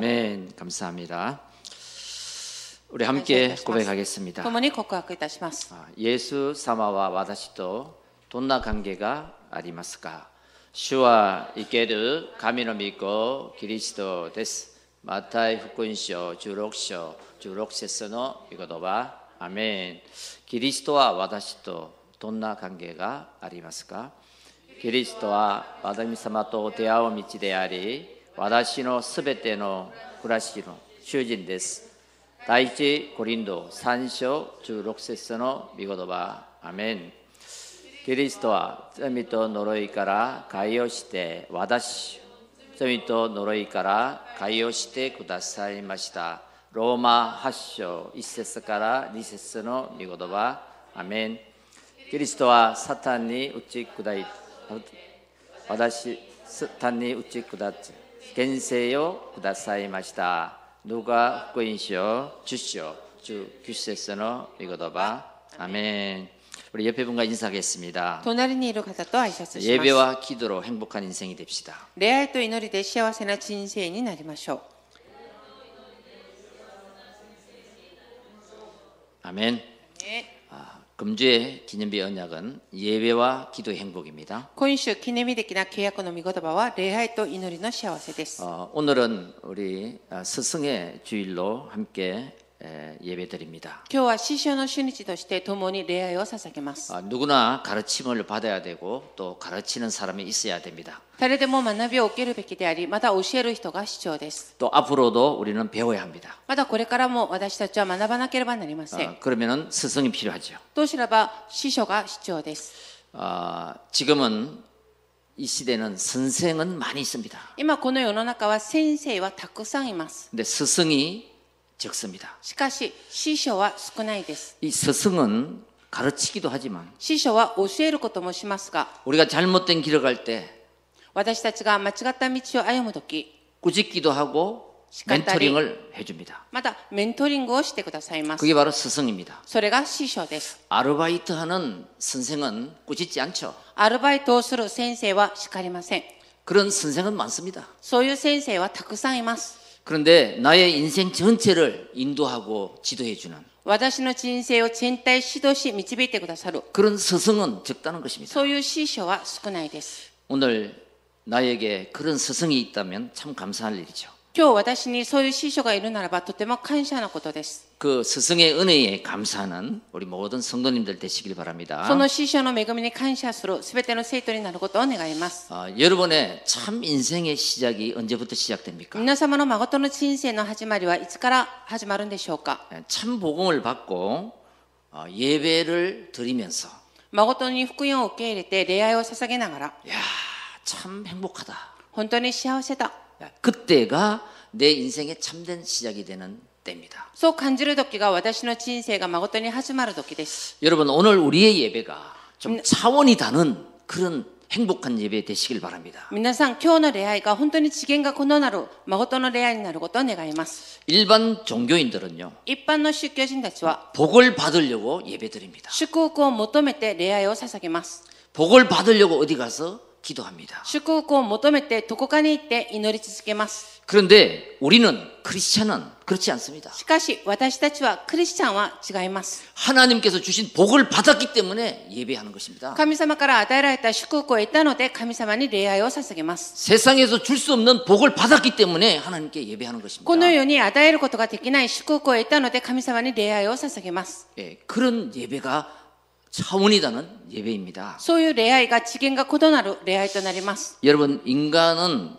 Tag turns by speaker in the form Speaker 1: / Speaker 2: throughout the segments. Speaker 1: 아멘. 감사합니다. 우리 함께 고백하겠습니다.
Speaker 2: 共に告白いたします
Speaker 1: 아, 예수 사마와 와다시도 돈나 관계가 아리마스까? 주와 이케르 가미노 믿고 그리스도 데스. 마타이 후군쇼 주록쇼 주록세스노 이거도바 아멘. 그리스도와 와다시도 돈나 관계가 아리마스까? キリストは私様と出会う道であり、私のすべての暮らしの囚人です。第一コリンド3章16節の御言葉、アメン。キリストは罪と呪いから解放して私、罪と呪いから解放してくださいました。ローマ8章1節から2節の御言葉、アメン。キリストはサタンに打ち砕い私、サタンに打ち砕き、厳正をくださいました。누가福音書10章19節の御言葉、アメン。우리옆에분과인사하겠습니다
Speaker 2: 隣にいる方と挨拶します
Speaker 1: 예배와 기도로 행복한 인생이 됩시다.
Speaker 2: 恋愛と祈りで幸せな人生になりましょう
Speaker 1: 아멘. 아, 금주의 기념비 언약은 예배와 기도의 행복입니다.
Speaker 2: 今週記念日的な契約の御言葉は恋愛と祈りの幸せです
Speaker 1: 어, 오늘은 우리 아, 스승의 주일로 함께 에, 예배드립니다.
Speaker 2: 今日は師匠の主日として共に恋愛を捧げます
Speaker 1: 아, 누구나 가르침을 받아야 되고 또 가르치는 사람이 있어야 됩니다.
Speaker 2: 誰でも学びを受けるべきでありまた教える人が主張です
Speaker 1: 또 앞으로도 우리는 배워야 합니다. 아,
Speaker 2: まだこれからも私たちは学ばなければなりません
Speaker 1: 그러면 스승이 필요하죠.
Speaker 2: どうすれば師匠が主張です
Speaker 1: 아, 지금은 이 시대는 선생은 많이 있습니다.
Speaker 2: 今この世の中は先生はたくさんいます
Speaker 1: 근데 스승이 적습니다.
Speaker 2: しかし師匠は少ないです
Speaker 1: 이 스승은 가르치기도 하지만
Speaker 2: 師匠は教えることもしますが
Speaker 1: 우리가 잘못된 길을 갈 때
Speaker 2: 私たちが間違った道を歩む時
Speaker 1: 꾸짖기도 하고
Speaker 2: 시간 따리.
Speaker 1: 멘토링을 해줍니다.
Speaker 2: またメントリングをしてくださいます
Speaker 1: 그게 바로 스승입니다.
Speaker 2: それが師匠です
Speaker 1: 아르바이트하는 선생은 꾸짖지 않죠.
Speaker 2: アルバイトをする先生は叱りません
Speaker 1: 그런 선생은 많습니다.
Speaker 2: そういう先生はたくさんいます
Speaker 1: 그런데 나의 인생 전체를 인도하고 지도해주는
Speaker 2: 私の人生を全体指導し導いてくださる
Speaker 1: 그런 스승은 적다는 것입니다.
Speaker 2: そういう師匠は少ないです
Speaker 1: 오늘 나에게 그런 스승이 있다면 참 감사할 일이죠.
Speaker 2: 今日私にそういう師匠がいるならばとても感謝なことです
Speaker 1: 그 스승의 은혜에 감사하는 우리 모든 성도님들 되시길
Speaker 2: そ
Speaker 1: 바랍니다.
Speaker 2: の師匠の恵みに感謝する全ての生徒になることを願います
Speaker 1: 아, 여러분의 참 인생의 시작이 언제부터 시작됩니까?
Speaker 2: 皆様の誠の人生の始まりはいつから始まるんでしょうか
Speaker 1: 예, 참 복음을 받고 어, 예배를 드리면서
Speaker 2: 誠に福音を受け入れて恋愛を捧げながら
Speaker 1: 야, 참 행복하다.
Speaker 2: 本当に幸せだ
Speaker 1: 야, 그때가 내 인생의 참된 시작이 되는 때입니다.
Speaker 2: そう感じる時が私の人生が誠に始まる時です
Speaker 1: 여러분 오늘 우리의 예배가 좀 차원이 다른 그런 행복한 예배 되시길 바랍니다.
Speaker 2: 皆さん今日の恋愛が本当に次元が異なる誠の恋愛になることを願います
Speaker 1: 일반 종교인들은요
Speaker 2: 一般の宗教人たちは
Speaker 1: 복을 받으려고 예배드립니다.
Speaker 2: 祝福を求めて恋愛を捧げます。
Speaker 1: 복을 받으려고 어디 가서 기도합니다.
Speaker 2: 祝福を求めてどこかに行って祈り続けます。
Speaker 1: 그런데 우리는 크리스찬은 그렇지 않습니다.
Speaker 2: しかし私たちはクリスチャンは違います。
Speaker 1: 하나님께서 주신 복을 받았기 때문에 예배하는 것입니다.
Speaker 2: 神様から与えられた祝福を得たので神様に恋愛を捧げます。
Speaker 1: 세상에서 줄 수 없는 복을 받았기 때문에 하나님께 예배하는
Speaker 2: この
Speaker 1: 것입니다.
Speaker 2: 世に与えることができない祝福を得たので神様に恋愛を捧げます。
Speaker 1: 예, 그런 예배가 차원이 다른 예배입니다.
Speaker 2: そういう恋愛が次元が異なる恋愛となります。
Speaker 1: 여러분 인간은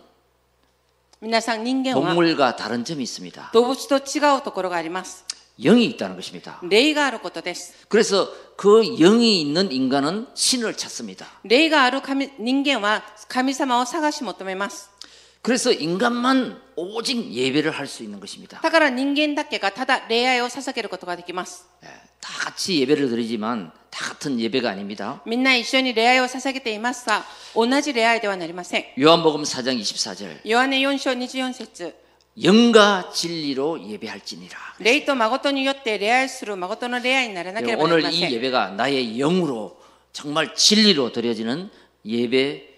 Speaker 2: 皆さん人間は
Speaker 1: 동물과 다른 점이 있습니다.
Speaker 2: 動物と違うところがあります。
Speaker 1: 영이 있다는 것입니다.
Speaker 2: 霊があることです。
Speaker 1: 그래서 그 영이 있는 인간은 신을 찾습니다.
Speaker 2: 霊がある神人間は神様を探し求めます。
Speaker 1: 그래서 인간만 오직 예배를 할 수 있는 것입니다.
Speaker 2: だから人間だけがただ恋愛を捧げることができます。
Speaker 1: 예, 다 같이 예배를 드리지만 다 같은 예배가 아닙니다.
Speaker 2: みんな一緒に恋愛を捧げていますが、同じ恋愛ではなりません。
Speaker 1: 요한복음 4장 24절
Speaker 2: ヨハネ4章24節
Speaker 1: 영과 진리로 예배할지니라.
Speaker 2: 霊と誠によって恋愛する誠の恋愛にならなければなり
Speaker 1: 오늘
Speaker 2: ま
Speaker 1: 이
Speaker 2: せん。
Speaker 1: 예배가 나의 영으로 정말 진리로 드려지는 예배가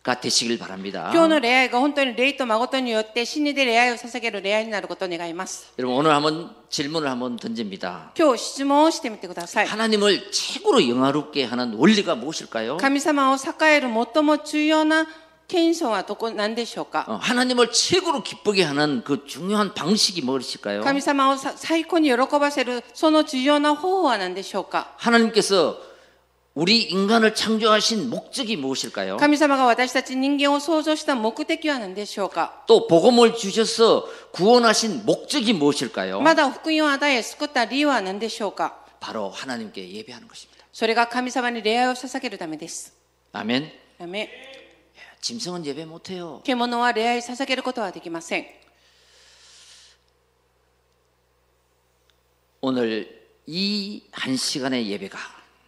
Speaker 1: 가 되시길 바랍니다.
Speaker 2: 今日の恋愛が本当に礼と誠によって真理で恋愛を捧げる恋愛になることを願います。
Speaker 1: 여러분 오늘 한번 질문을 한번 던집니다.
Speaker 2: 今日質問をしてみてください。
Speaker 1: 하나님을 최고로 영화롭게 하는 원리가 무엇일까요?
Speaker 2: 神様を栄える最も重要な謙遜はどこなんでしょうか
Speaker 1: 어, 하나님을 최고로 기쁘게 하는 그 중요한 방식이 무엇일까요?
Speaker 2: 神様をさ最高に喜ばせるその重要な方法は何でしょうか
Speaker 1: 하나님께서 우리 인간을 창조하신 목적이 무엇일까요?
Speaker 2: 神様が私たち人間を創造した目的は何でしょうか
Speaker 1: 또 복음을 주셔서 구원하신 목적이 무엇일까요?
Speaker 2: まだ福音を与え救った理由は何でしょうか
Speaker 1: 바로 하나님께 예배하는 것입니다.
Speaker 2: それが神様に恋愛を捧げるためです。
Speaker 1: 아멘.
Speaker 2: ダメ
Speaker 1: 짐승은 예배 못해요.
Speaker 2: 獣は恋愛を捧げることはできません。
Speaker 1: 오늘 이 한 시간의 예배가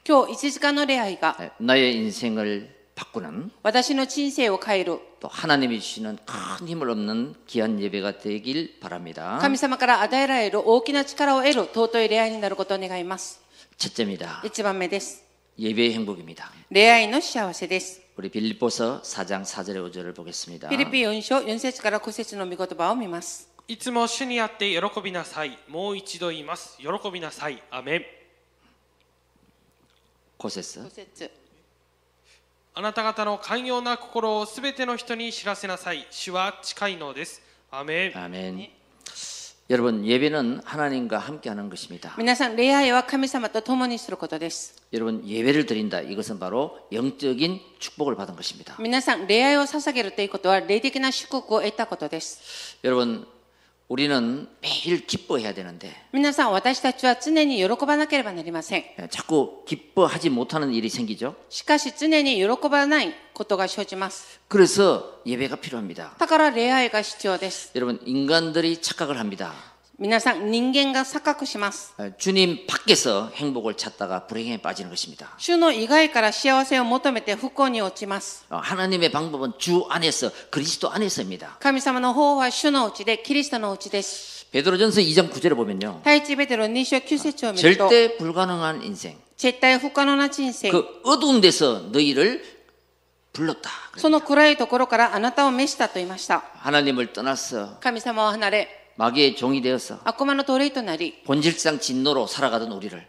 Speaker 2: 今日1時間の恋愛が
Speaker 1: 나의 인생을 바꾸는
Speaker 2: 私の人生を変える
Speaker 1: 또 하나님이 주시는 큰 힘을 얻는 귀한 예배가 되길 바랍니다.
Speaker 2: 神様から与えられる大きな力を得る尊い恋愛になることを願います。
Speaker 1: 첫째입니다.
Speaker 2: 1番目です。
Speaker 1: 예배의 행복입니다.
Speaker 2: 恋愛の幸せです。
Speaker 1: 우리 빌립보서 4장 4절의 5절을 보겠습니다.
Speaker 2: フィリピン4章4節から5節の御言葉を見ます。
Speaker 3: いつも主にあって喜びなさい。もう一度言います。喜びなさい。アメン。
Speaker 1: 고세스.
Speaker 2: 5節
Speaker 3: あなた方の寛容な心をすべての人に知らせなさい。主は近いのです。アメン。
Speaker 1: 아멘. 여러분 예배는 하나님과 함께하는 것입니다.
Speaker 2: 皆さん、恋愛は神様と共にすることです。
Speaker 1: 여러분 예배를 드린다. 이것은 바로 영적인 축복을 받은 것입니다.
Speaker 2: 皆さん、恋愛を捧げるということは、霊的な祝福を得たことです。
Speaker 1: 여러분 우리는 매일 기뻐해야 되는데
Speaker 2: 皆さん、私たちは常に喜ばなければなりません。
Speaker 1: 예, 자꾸 기뻐하지 못하는 일이 생기죠.
Speaker 2: しかし、常に喜ばないことが生じます。
Speaker 1: 그래서 예배가 필요합니다.
Speaker 2: だから恋愛が必要です。
Speaker 1: 여러분 인간들이 착각을 합니다.
Speaker 2: 皆さん、人間が錯覚します。
Speaker 1: 예, 주님 밖에서 행복을 찾다가 불행에 빠지는 것입니다.
Speaker 2: 主の以外から幸せを求めて不幸に落ちます。
Speaker 1: 어, 하나님의 방법은 주 안에서 그리스도 안에서입니다.
Speaker 2: 神様の方は主のうちで、キリストのうちです。
Speaker 1: 베드로전서 2장 9절을 보면요.
Speaker 2: 第一ベテロ2章9節を見ると、
Speaker 1: 절대 불가능한 인생.
Speaker 2: 絶対不可能な人生。
Speaker 1: 그 어두운 데서 너희를 불렀다.
Speaker 2: その暗いところからあなたを召したと言いました。
Speaker 1: 하나님을 떠나서
Speaker 2: 神様を離れ、
Speaker 1: 마귀의 종이 되어서
Speaker 2: 悪魔の奴隷となり、
Speaker 1: 본질상 진노로 살아가던 우리를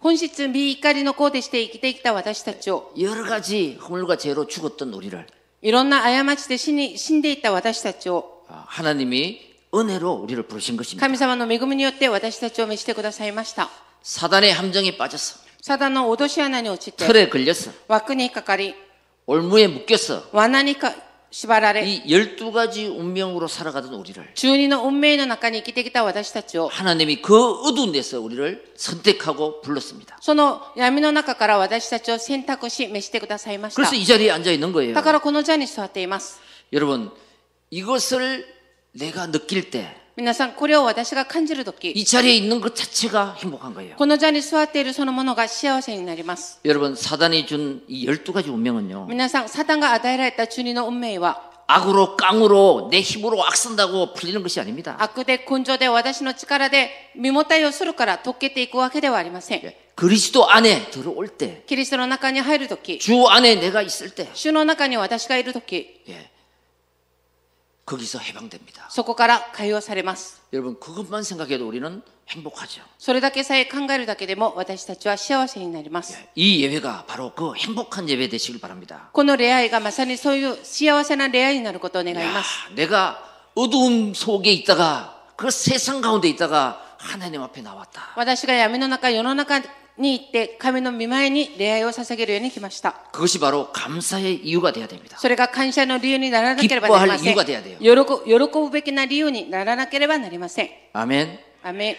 Speaker 2: 本質見怒りの子でして生きてきた私たちを、
Speaker 1: 여러 가지 허물과 죄로 죽었던 우리를
Speaker 2: いろんな過ちで死に死んでいった私たちを、
Speaker 1: 아, 하나님이 은혜로 우리를 부르신 것입니다.
Speaker 2: 神様の恵みによって私たちを召してくださいました。
Speaker 1: 사단의 함정에 빠져서
Speaker 2: サダンの脅し穴に落ちて、
Speaker 1: 틀에 걸려서
Speaker 2: 枠にかかり、
Speaker 1: 올무에 묶여서
Speaker 2: 罠にか縛られ、
Speaker 1: 이 열두 가지 운명으로 살아가던 우리를
Speaker 2: 中二の運命の中に生きてきた私たちを、
Speaker 1: 하나님이 그 어두운 데서 우리를 선택하고 불렀습니다.
Speaker 2: その闇の中から私たちを選択し、召してくださいました
Speaker 1: 그래서 。이 자리에 앉아 있는 거예요.
Speaker 2: だからこの座に座っています。
Speaker 1: 여러분 이것을 내가 느낄 때 이
Speaker 2: 皆さん、これを私が感じるとき、
Speaker 1: 자리에 있는 것 자체가 행복한 거예요.
Speaker 2: この座に座っているそのものが幸せになります。
Speaker 1: 여러분 사단이 준 이 열두 가지 운명은요.
Speaker 2: 皆さん、サタンが与えられた中二の運命は、
Speaker 1: 악으로 깡으로 내 힘으로 악쓴다고 풀리는 것이 아닙니다.
Speaker 2: 悪で根性で私の力で身もたえをするから解けていくわけではありません。
Speaker 1: 그리스도 안에 들어올 때 주
Speaker 2: キリストの中に入るとき、
Speaker 1: 안에 내가 있을 때
Speaker 2: 主の中に私がいるとき、
Speaker 1: 예, 거기서 해방됩니다.
Speaker 2: そこから解放されます。
Speaker 1: 여러분 그것만 생각해도 우리는 행복하죠.
Speaker 2: それだけさえ考えるだけでも私たちは幸せになります。
Speaker 1: 이 예배가 바로 그 행복한 예배 되시길 바랍니다.
Speaker 2: この恋愛がまさにそういう幸せな恋愛になることを願い
Speaker 1: 야,
Speaker 2: ます。
Speaker 1: 내가 어두움 속에 있다가 그 세상 가운데 있다가 하나님 앞에 나왔다.
Speaker 2: 私が闇の中、世の中に行って神の御前に恋愛を捧げるように来ました。
Speaker 1: 그것이 바로 감사의 이유가 돼야 됩니다.
Speaker 2: それが感謝の理由にならなければなりません。
Speaker 1: 기뻐할이유가돼야돼요
Speaker 2: 喜ぶ喜ぶべきな理由にならなければなりません。
Speaker 1: 아멘.
Speaker 2: アメン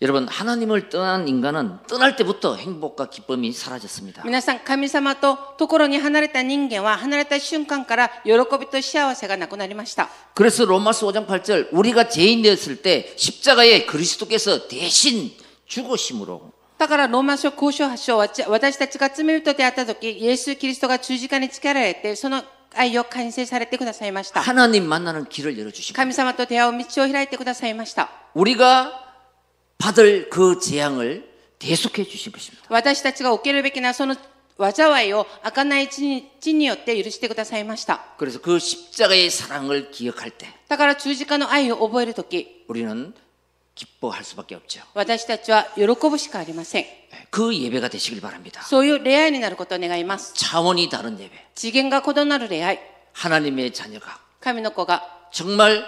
Speaker 1: 여러분 하나님을 떠난 인간은 떠날 때부터 행복과 기쁨이 사라졌습니다.
Speaker 2: 皆さん、神様と心に離れた人間は離れた瞬間から喜びと幸せがなくなりました。
Speaker 1: 그래서 로마서 5장 8절 우리가 죄인 되었을 때 십자가에 그리스도께서 대신 죽으심으로
Speaker 2: だからローマ書交渉発章は私たちが罪人であった時、イエス・キリストが十字架につけられて、その愛を完成されてくださいました。
Speaker 1: 하나님 만나는 길을 열어주시고
Speaker 2: 神様と出会う道を開いてくださいました。
Speaker 1: 우리가 받을 그 재앙을 대속해 주신 것입니다.
Speaker 2: 私たちが受けるべきなその災いを開かない地に地によって許してくださいました。
Speaker 1: 그래서 그 십자가의 사랑을 기억할 때
Speaker 2: だから十字架の愛を覚えるとき、
Speaker 1: 우리는 기뻐할 수밖에 없죠.
Speaker 2: 私たちは喜ぶしかありません。
Speaker 1: 그 예배가 되시길 바랍니다.
Speaker 2: そういう恋愛になることを願います。
Speaker 1: 차원이 다른 예배.
Speaker 2: 次元が異なる恋愛。
Speaker 1: 하나님의 자녀가
Speaker 2: 神の子が、
Speaker 1: 정말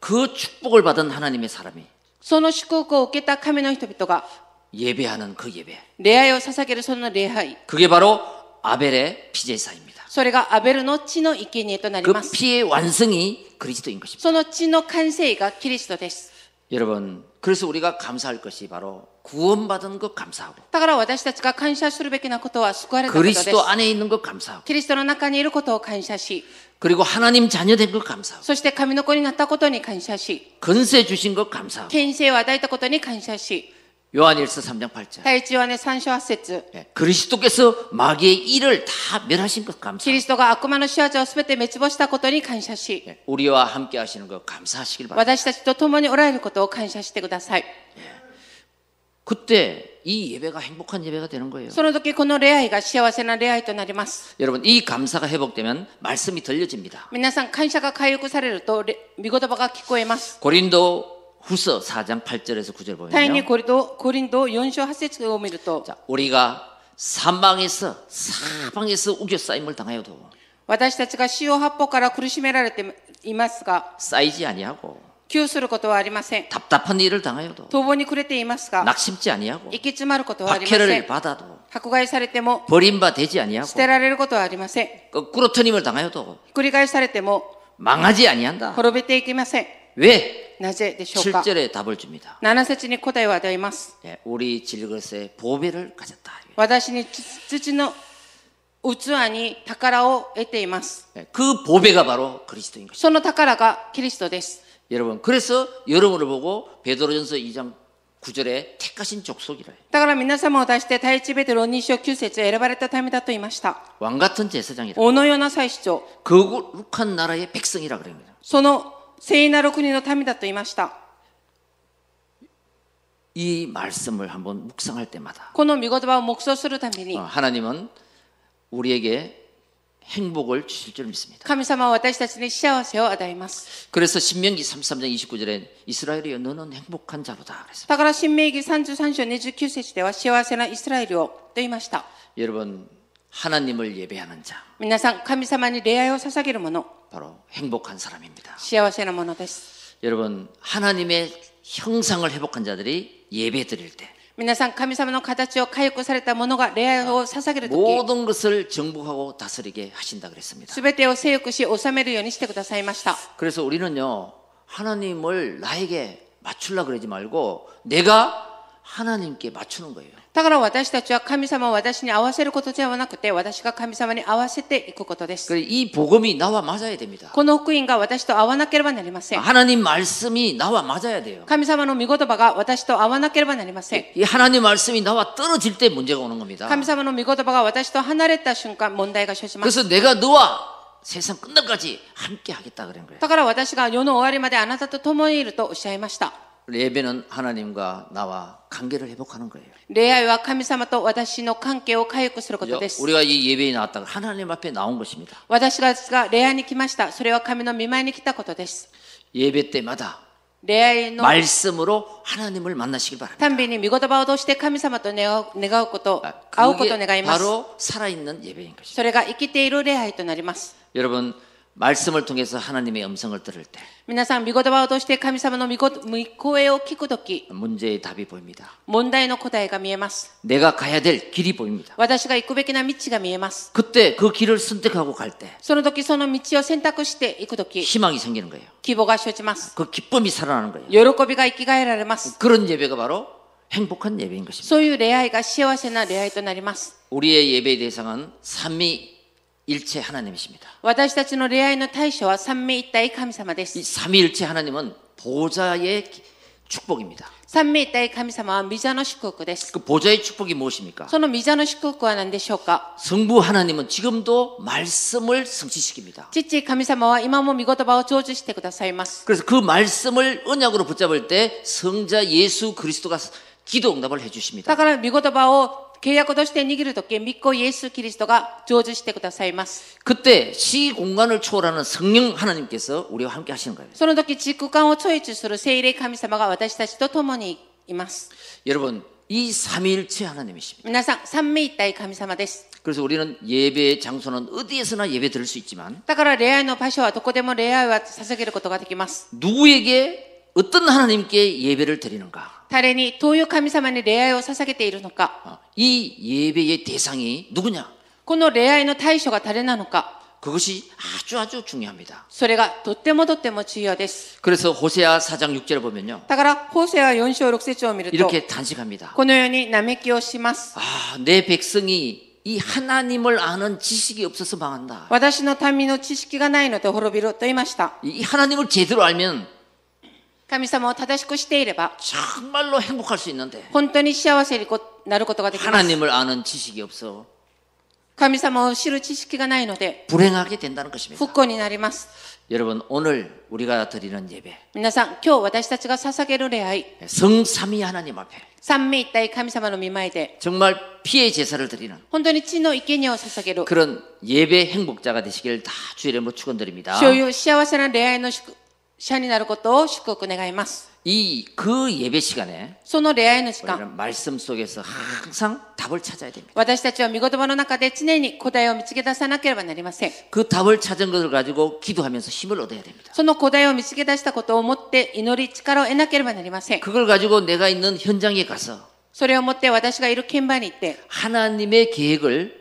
Speaker 1: 그 축복을 받은 하나님의 사람이
Speaker 2: その祝福を受けた神の人々が、
Speaker 1: 예배하는 그 예배.
Speaker 2: 恋愛を捧げるその礼拝。
Speaker 1: 그게 바로 아벨의 피제사입니다.
Speaker 2: それがアベルの血の生贄となり
Speaker 1: 그
Speaker 2: ます。
Speaker 1: 피의 완성이 그리스도인 것입니다.
Speaker 2: その血の完成がキリストです。
Speaker 1: 여러분, 그래서 우리가 감사할 것이 바로 구원받은 것 감사하고
Speaker 2: だから私たちが感謝するべきなことは救われたことです。
Speaker 1: 그리스도 안에 있는 것 감사하고
Speaker 2: キリストの中にいることを感謝し、
Speaker 1: 그리고 하나님 자녀된 것 감사하고
Speaker 2: そして神の子になったことに感謝し、
Speaker 1: 건세 주신 것 감사하고
Speaker 2: 権勢を与えたことに感謝し、
Speaker 1: 요한일서 3장 8절
Speaker 2: 第一ヨハネ3章8節
Speaker 1: 예, 그리스도께서 마귀의 일을 다 멸하신 것
Speaker 2: キ
Speaker 1: 감사하고
Speaker 2: リストが悪魔の仕業をすべて滅亡したことに感謝し、
Speaker 1: 예, 우리와 함께 하시는 것 감사하시길 바랍니다
Speaker 2: 私たちと共におられることを感謝してください。
Speaker 1: 그때 이 예배가 행복한 예배가 되는 거예요
Speaker 2: その時この恋愛が幸せな恋愛となります。
Speaker 1: 여러분 이 감사가 회복되면 말씀이 들려집니다
Speaker 2: 皆さん感謝が回復されると、れ見言葉が聞こえます。
Speaker 1: 고린도 후서 4장 8절에서 9절
Speaker 2: 第二
Speaker 1: 보면요
Speaker 2: コリドコリンド4章8節を見ると、
Speaker 1: 자, 우리가 사망에서 사방에서 우겨싸임을 당하여도
Speaker 2: 私たちが死を八方から苦しめられていますが、
Speaker 1: 쌓이지 아니하고
Speaker 2: 窮することはありません。
Speaker 1: 답답한 일을 당하여도
Speaker 2: 逃亡に暮れていますが、
Speaker 1: 낙심지 아니하고
Speaker 2: 行き詰まることはありませ
Speaker 1: 박해를
Speaker 2: ん。
Speaker 1: 받아도
Speaker 2: 迫害されても、
Speaker 1: 버림바 되지
Speaker 2: 捨て
Speaker 1: 아니하고 그
Speaker 2: られることはありません。
Speaker 1: 거꾸로 트임을 당하여도
Speaker 2: 繰り返されても、
Speaker 1: 망하지 아니한다.
Speaker 2: 滅びていきません。
Speaker 1: 왜
Speaker 2: なぜでしょうか
Speaker 1: 7절에 답을 줍니다.
Speaker 2: 7節に答えを与えます。
Speaker 1: 예, 우리 질것에 보배를 가졌다.
Speaker 2: 私に土の器に宝を得ています。
Speaker 1: 예, 그 보배가 바로 그리스도인 것입니다.
Speaker 2: その宝がキリストです。
Speaker 1: 여러분 그래서 여러분을 보고 베드로전서 2장 9절에 택하신 족속이라 해요.
Speaker 2: だから皆様を出して第一ベテロ2章9節選ばれた民だと言いました。
Speaker 1: 왕 같은 제사장이라. 그
Speaker 2: おのような祭司長、
Speaker 1: 거룩한 나라의 백성이라 그래요.
Speaker 2: その聖なる国の民だと言いました。
Speaker 1: 이 말씀을 한번 묵상할 때마다
Speaker 2: この見言葉を黙想するため
Speaker 1: 어,
Speaker 2: に、
Speaker 1: 하나님은 우리에게 행복을 주실 줄 믿습니다.
Speaker 2: 神様は私たちに幸せを与えます。
Speaker 1: 그래서 신명기 33장 29절에 이스라엘이여 너는 행복한 자로다 그랬습니다.
Speaker 2: だから、新明記33章29節では幸せなイスラエルをと言いました。
Speaker 1: 여러분 하나님을 예배하는 자
Speaker 2: 皆さん、神様に礼愛を捧げるもの、
Speaker 1: 바로 행복한 사람입니다.
Speaker 2: 幸せなものです。
Speaker 1: 여러분 하나님의 형상을 회복한 자들이 예배 드릴 때
Speaker 2: 皆さん、神様の形を回復されたものが礼愛を捧げるとき、
Speaker 1: 모든 것을 정복하고 다스리게 하신다 그랬습니다.
Speaker 2: すべてを征服し、治めるようにしてくださいました。
Speaker 1: 그래서 우리는요 하나님을 나에게 맞추려 그러지 말고 내가 하나님께 맞추는 거예요.
Speaker 2: だから私たちは神様を私に合わせることではなくて、私が神様に合わせていくことです。
Speaker 1: 그래 이 복음이 나와 맞아야 됩니다.
Speaker 2: この福音が私と合わなければなりません。
Speaker 1: 하나님 말씀이 나와 맞아야 돼요.
Speaker 2: 神様の御言葉が私と合わなければなりません。
Speaker 1: 이 하나님 말씀이 나와 떨어질 때 문제가 오는 겁니다.
Speaker 2: 神様の御言葉が私と離れた瞬間、問題が生じます。
Speaker 1: 그래서 내가 너와 세상 끝날까지 함께 하겠다 그런 거예요.
Speaker 2: だから私が世の終わりまであなたと共にいるとおっしゃいました。
Speaker 1: 예배는 하나님과 나와 관계를 회복하는 거예요.
Speaker 2: 恋愛は神様と私の関係を回復するこ
Speaker 1: 그죠?
Speaker 2: とです。
Speaker 1: 우리가 이 예배에 나왔다가 하나님 앞에 나온 것입니다.
Speaker 2: 私が恋愛に来ました。それは神の見舞いに来たことです。
Speaker 1: 예배 때마다
Speaker 2: 恋愛
Speaker 1: 네.
Speaker 2: の
Speaker 1: 말씀으로 하나님을 만나시길 바랍니다.
Speaker 2: たんびに御言葉を通して神様と願う願うこと、
Speaker 1: 아,
Speaker 2: 会うことを
Speaker 1: 그게
Speaker 2: 願います。
Speaker 1: 바로 살아있는 예배인 것입니다.
Speaker 2: それが生きている礼拝となります。
Speaker 1: 여러분 말씀을 통해서 하나님의 음성을 들을 때
Speaker 2: 皆さん、御言葉を通して神様の御こ御声を聞くとき、
Speaker 1: 문제의 답이 보입니다.
Speaker 2: 問題の答えが見えます。
Speaker 1: 내가 가야 될 길이 보입니다.
Speaker 2: 私が行くべきな道が見えます。
Speaker 1: 그때 그 길을 선택하고 갈 때
Speaker 2: その時、その道を選択していくとき、
Speaker 1: 희망이 생기는 거예요.
Speaker 2: 希望が生じます。
Speaker 1: 그 기쁨이 살아나는 거예요.
Speaker 2: 喜びが生きがえられます。
Speaker 1: 그런 예배가 바로 행복한 예배인 것입니다.
Speaker 2: そういう恋愛が幸せな恋愛となります。
Speaker 1: 우리의 예배의 대상은 삼위일체 하나님이십니다.
Speaker 2: 私たちの恋愛の対象は三位一体神様で
Speaker 1: 이
Speaker 2: す。
Speaker 1: 삼위일체 하나님은 보좌의 기- 축복입니다.
Speaker 2: 三位一体神様は御座の祝福です。
Speaker 1: 그 보좌의 축복이 무엇입니까?
Speaker 2: その御座の祝福は何でしょうか
Speaker 1: 성부 하나님은 지금도 말씀을 성취시킵니다.
Speaker 2: 父神様は今も御言葉を成就してくださいます。
Speaker 1: 그래서 그 말씀을 언약으로 붙잡을 때 성자 예수 그리스도가 기도 응답을
Speaker 2: だ
Speaker 1: 해주십니다.
Speaker 2: から御言葉を契約として握るとき、믿고 예수 그리스도 가成就してくださいます。
Speaker 1: 그때 시 공간을 초월하는 성령 하나님께서 우리와 함께 하시는 거예요.
Speaker 2: その時、時空間を超越する聖霊神様が私たちと共にいます。
Speaker 1: 여러분, 이 삼위일체 하나님이십니다.
Speaker 2: 皆さん、三名一体神様です。
Speaker 1: 그래서 우리는 예배의 장소는 어디에서나 예배 드릴 수 있지만
Speaker 2: だから、礼拝の場所はどこでも礼拝は捧げることができます。
Speaker 1: 누구에게 어떤 하나님께 예배를 드리는가?
Speaker 2: 誰に、どういう神様に礼拝を捧げているのか、
Speaker 1: 어, 이 예배의 대상이 누구냐?
Speaker 2: この礼拝の対象が誰なのか、
Speaker 1: 그것이 아주 아주 중요합니다.
Speaker 2: それがとってもとっても重要です。
Speaker 1: 그래서 호세아 4장 6절을 보면요.
Speaker 2: だから、法政は4章6節を見ると、
Speaker 1: 이렇게 단식합니다.
Speaker 2: このように嘆きをします。
Speaker 1: 아, 내 백성이 이 하나님을 아는 지식이 없어서 망한다.
Speaker 2: 私の民の知識がないので滅びると言いました。
Speaker 1: 이 하나님을 제대로 알면
Speaker 2: 神様を正しくしていれば、
Speaker 1: 정말로 행복할 수 있는데
Speaker 2: 本当に幸せになることができます。
Speaker 1: 하나님을 아는 지식이 없어
Speaker 2: 神様を知る知識がないので、
Speaker 1: 불행하게 된다는 것입니다.
Speaker 2: 不幸になります。
Speaker 1: 여러분 오늘 우리가 드리는 예배
Speaker 2: 皆さん、今日私たちが捧げる礼拝、
Speaker 1: 성삼위 하나님 앞에
Speaker 2: 三名一体神様の見舞いで、
Speaker 1: 정말 피해 제사를 드리는
Speaker 2: 本当に地の生贄を捧げる、
Speaker 1: 그런 예배 행복자가 되시길 다 주의 이름으로 축원드립니다.
Speaker 2: 所有幸せな礼拝の祝者になることを祝福願います。
Speaker 1: 이 그 예배 시간에
Speaker 2: その礼拝の時間、
Speaker 1: 우리는 말씀 속에서 항상 답을 찾아야 됩니다.
Speaker 2: 私たちは見言葉の中で常に答えを見つけ出さなければなりません。
Speaker 1: 그 답을 찾은 것을 가지고 기도하면서 힘을 얻어야 됩니다.
Speaker 2: その答えを見つけ出したことをもって祈り力を得なければなりません。
Speaker 1: 그걸 가지고 내가 있는 현장에 가서
Speaker 2: それをもって私がいる現場に行って、
Speaker 1: 하나님의 계획을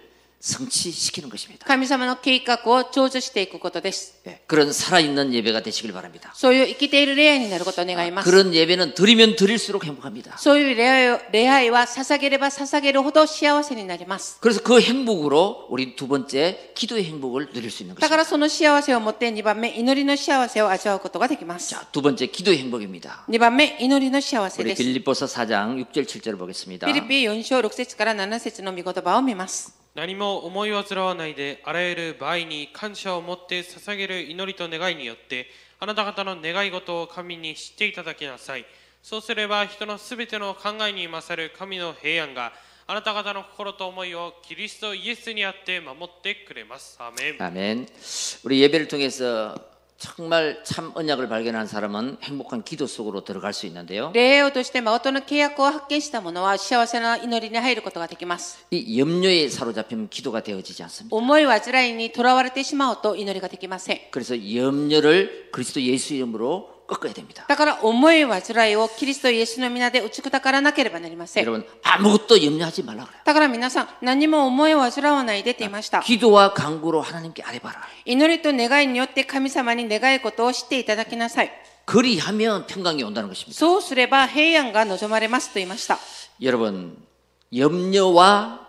Speaker 1: 성취시키는 것입니다.
Speaker 2: 神様の計画を成就していくことです。
Speaker 1: 예, 그런 살아있는 예배가 되시길 바랍니다.
Speaker 2: そういう生きている礼愛になることを願います。
Speaker 1: 그런 예배는 드리면 드릴수록 행복합니다.
Speaker 2: そういう礼愛を礼愛は捧げれば捧げるほど幸せになります。
Speaker 1: 그래서 그 행복으로 우리 두 번째 기도의 행복을 누릴 수 있는
Speaker 2: だか
Speaker 1: 것입니다.
Speaker 2: らその幸せをもって2番目、祈りの幸せを味わうことができます。
Speaker 1: 자, 두 번째 기도의 행복입니다.
Speaker 2: 2番目、祈りの幸せ
Speaker 1: 우리
Speaker 2: です。フ
Speaker 1: 빌립보서 4장 6절 7절을 보겠습니다.
Speaker 2: ィリピ4章6節から7節の御言葉を見ます。
Speaker 3: 何も思い煩わないであらゆる場合に感謝を持って捧げる祈りと願いによってあなた方の願い事を神に知っていただきなさいそうすれば人のすべての考えに勝る神の平安があなた方の心と思いをキリストイエスにあって守ってくれますアーメン
Speaker 1: 아멘. 우리 예배를 통해서 정말 참 언약을 발견한 사람은 행복한 기도 속으로 들어갈 수 있는데요.
Speaker 2: 礼をとして誠の契約を発見した者は幸せな祈りに入ることができます。
Speaker 1: 이 염려에 사로잡히면 기도가 되어지지 않습니다.
Speaker 2: 思い煩いにとらわれてしまうと祈りができません。
Speaker 1: 그래서 염려를 그리스도 예수 이름으로 꺾어야 됩니다.
Speaker 2: だから思い煩いをキリストイエスの皆で打ち砕からなければなりません。
Speaker 1: 여러분 아무것도 염려하지 말라 그래요.
Speaker 2: だから皆さん、何も思い煩わないでって言いました。
Speaker 1: 기도와 간구로 하나님께 아뢰봐라.
Speaker 2: 祈りと願いによって神様に願いことを知っていただきなさい。
Speaker 1: 그리하면 평강이 온다는 것입니다.
Speaker 2: そうすれば平安が望まれますと言いました。
Speaker 1: 여러분 염려와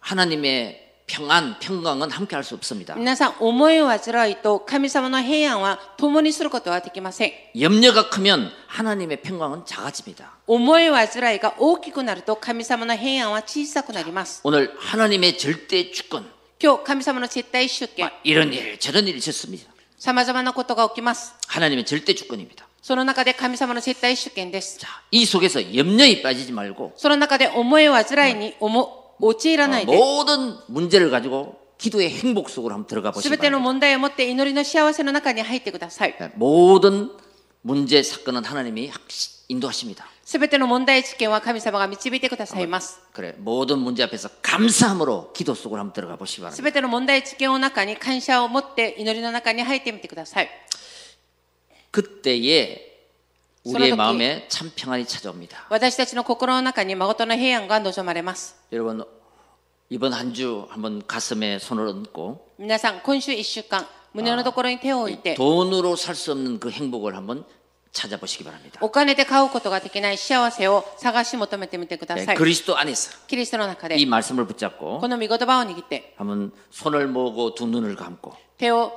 Speaker 1: 하나님의 평안, 평강은 함께 할 수 없습니다.
Speaker 2: 皆さん、思い煩いと神様の平安は共にすることはできません。
Speaker 1: 염려가 크면 하나님의 평강은 작아집니다.
Speaker 2: 思い煩いが大きくなると神様の平安は小さくなります。
Speaker 1: 오늘 하나님의 절대 주권
Speaker 2: 今日、神様の絶対主権、
Speaker 1: 이런 일 저런 일이 있었습니다.
Speaker 2: 様々なことが起きます。
Speaker 1: 하나님의 절대 주권입니다.
Speaker 2: その中で神様の絶対主権です。
Speaker 1: 자, 이 속에서 염려에 빠지지 말고
Speaker 2: その中で思い煩いに思陥らない
Speaker 1: 어,
Speaker 2: で、
Speaker 1: 모든 문제를 가지고 기도의 행복 속으로 한번 들어가
Speaker 2: す
Speaker 1: 보시기
Speaker 2: べての
Speaker 1: 바랍니다.
Speaker 2: 問題を持って祈りの幸せの中に入ってください。
Speaker 1: 네, 모든 문제 사건은 하나님이 확시- 인도하십니다.
Speaker 2: すべての問題事件は神様が導いてくださいます。
Speaker 1: 그래 모든 문제 앞에서 감사함으로 기도 속으로 한번 들어가 보시기
Speaker 2: す
Speaker 1: 바랍니다.
Speaker 2: べての問題事件の中に感謝を持って祈りの中に入ってみてください。
Speaker 1: 그때에 우리의
Speaker 2: 손아섭기.
Speaker 1: 마음에 참 평안이 찾아옵니다.
Speaker 2: 私たちの心の中に誠の平安が望まれます。
Speaker 1: 여러분 이번 한 주 한번 가슴에 손을 얹고
Speaker 2: 皆さん、今週一週間、胸のところに手を置いて、
Speaker 1: 돈으로 살 수 없는 그 행복을 한번 찾아보시기 바랍니다.
Speaker 2: お金で買うことができない幸せを探し求めてみてくだ
Speaker 1: 네,
Speaker 2: さい。
Speaker 1: 그리스도 안에서
Speaker 2: キリストの中で
Speaker 1: 이 、 말씀을 붙잡고
Speaker 2: この御言葉を握って、
Speaker 1: 한번 손을 모으고 두 눈을 감고
Speaker 2: 手を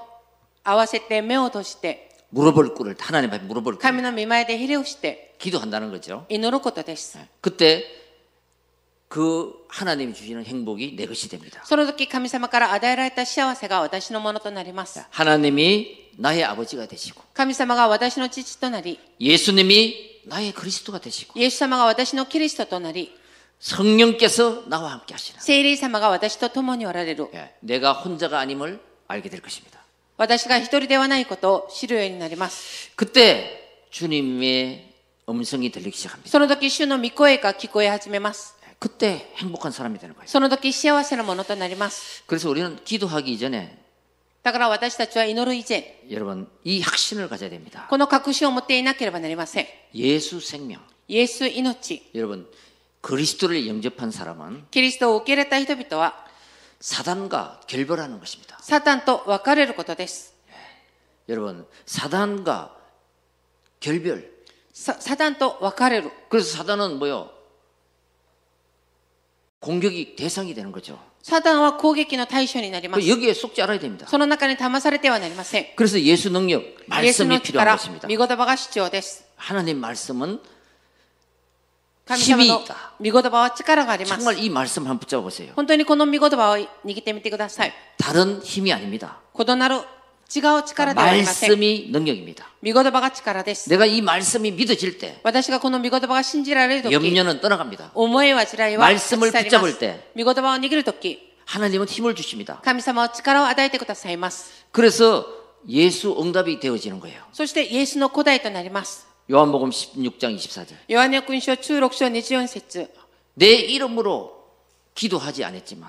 Speaker 2: 合わせて目を閉じて、
Speaker 1: 물어볼 꿀을 하나님 앞에 물어볼 꿀을
Speaker 2: 神の見前でひれをして、
Speaker 1: 기도한다는 거죠.
Speaker 2: 祈ることです。
Speaker 1: 그때 그 하나님이 주시는 행복이 내 것이 됩니다.
Speaker 2: その時神様から与えられた幸せが私のものとなります。
Speaker 1: 하나님이 나의 아버지가 되시고
Speaker 2: 神様が私の父となり、
Speaker 1: 예수님이 나의 그리스도가 되시고
Speaker 2: イエス様が私のキリストとなり、
Speaker 1: 성령께서 나와 함께 하시라.
Speaker 2: 聖霊様が私と共におられる。
Speaker 1: 예, 내가 혼자가 아님을 알게 될 것입니다.
Speaker 2: 私が一人ではないことを知るようになります。
Speaker 1: 그때 주님의 음성이 들리기 시작합니다.
Speaker 2: その時、主の御声が聞こえ始めます。
Speaker 1: 예, 그때 행복한 사람이 되는 거예요.
Speaker 2: その時、幸せなものとなります。
Speaker 1: 그래서 우리는 기도하기 이전에
Speaker 2: だから私たちは祈る以前、
Speaker 1: 여러분 이 확신을 가져야 됩니다.
Speaker 2: この確信を持っていなければなりません。
Speaker 1: 예수 생명.
Speaker 2: イエス命、
Speaker 1: 여러분 그리스도를 영접한 사람은
Speaker 2: キリストを受け入れた人々は、
Speaker 1: 사단과 결별하는 것입니다.
Speaker 2: サタンと別れることです。
Speaker 1: 여러분 사단과 결별.
Speaker 2: ササタンと別れる。
Speaker 1: 그래서 사단은 뭐요? 공격이 대상이 되는 거죠.
Speaker 2: サタンは攻撃の対象になりま
Speaker 1: 그러니까
Speaker 2: す。
Speaker 1: 여기에 속지 알아야 됩니다.
Speaker 2: その中に騙されてはなりません。
Speaker 1: 그래서 예수 능력
Speaker 2: イエスの
Speaker 1: 말씀이
Speaker 2: 力、
Speaker 1: 필요한
Speaker 2: 御
Speaker 1: 것입니다.
Speaker 2: 言葉が必要です。
Speaker 1: 하나님 말씀은
Speaker 2: 神様の
Speaker 1: 響いた
Speaker 2: 御言葉は力があります。
Speaker 1: 정말 이 말씀 한번 붙잡아 보세요.
Speaker 2: 本当にこの御言葉を握ってみてください。
Speaker 1: 다른 힘이 아닙니다.
Speaker 2: 異なる違う力ではありません。御
Speaker 1: 말씀이 능력입니다.
Speaker 2: 言葉が力です。
Speaker 1: 내가 이 말씀이 믿어질 때
Speaker 2: 私がこの御言葉が信じられるとき、
Speaker 1: 염려는 떠나갑니다.
Speaker 2: 思いは地雷は
Speaker 1: 말씀을
Speaker 2: 立ち去りま
Speaker 1: 붙잡을
Speaker 2: す
Speaker 1: 때
Speaker 2: 御言葉を握るとき、
Speaker 1: 하나님은 힘을 주십니다.
Speaker 2: 神様は力を与えてくださいます。
Speaker 1: 그래서 예수 응답이 되어지는 거예요.
Speaker 2: そしてイエスの古代となります。
Speaker 1: 요한복음 16장 24절.
Speaker 2: ヨハネ福音書中6章24節
Speaker 1: 내 이름으로 기도하지 않았지만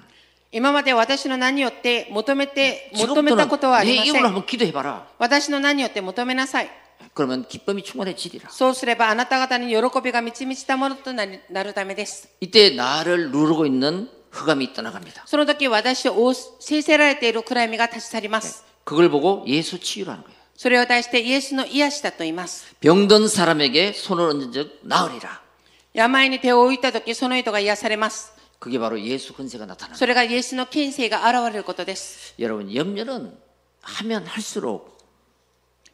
Speaker 2: 今まで私の名によって求めて、求めたことはあ
Speaker 1: 지금부터는
Speaker 2: り
Speaker 1: 내 이름으로
Speaker 2: ません。
Speaker 1: 한번 기도해 봐라.
Speaker 2: 私の名によって求めなさい。
Speaker 1: 그러면 기쁨이 충만해지리라.
Speaker 2: そうすればあなた方に喜びが満ち満ちたものとなりなるためです。
Speaker 1: 이때 나를 누르고 있는 흑암이 떠나갑니다.
Speaker 2: その時私を覆せせられている暗闇が立ち去ります。
Speaker 1: 그걸 보고 예수 치유라는 거예요.
Speaker 2: それを題してイエスの癒しだと言います。
Speaker 1: 병든 사람에게 손을 얹은 즉 나으리라.
Speaker 2: 病に手を置いた時その人が癒されます。
Speaker 1: 그게 바로 예수 근세가 나타나는
Speaker 2: それがイエスの権勢が現れることです。
Speaker 1: 거예요. 여러분 염려는 하면 할수록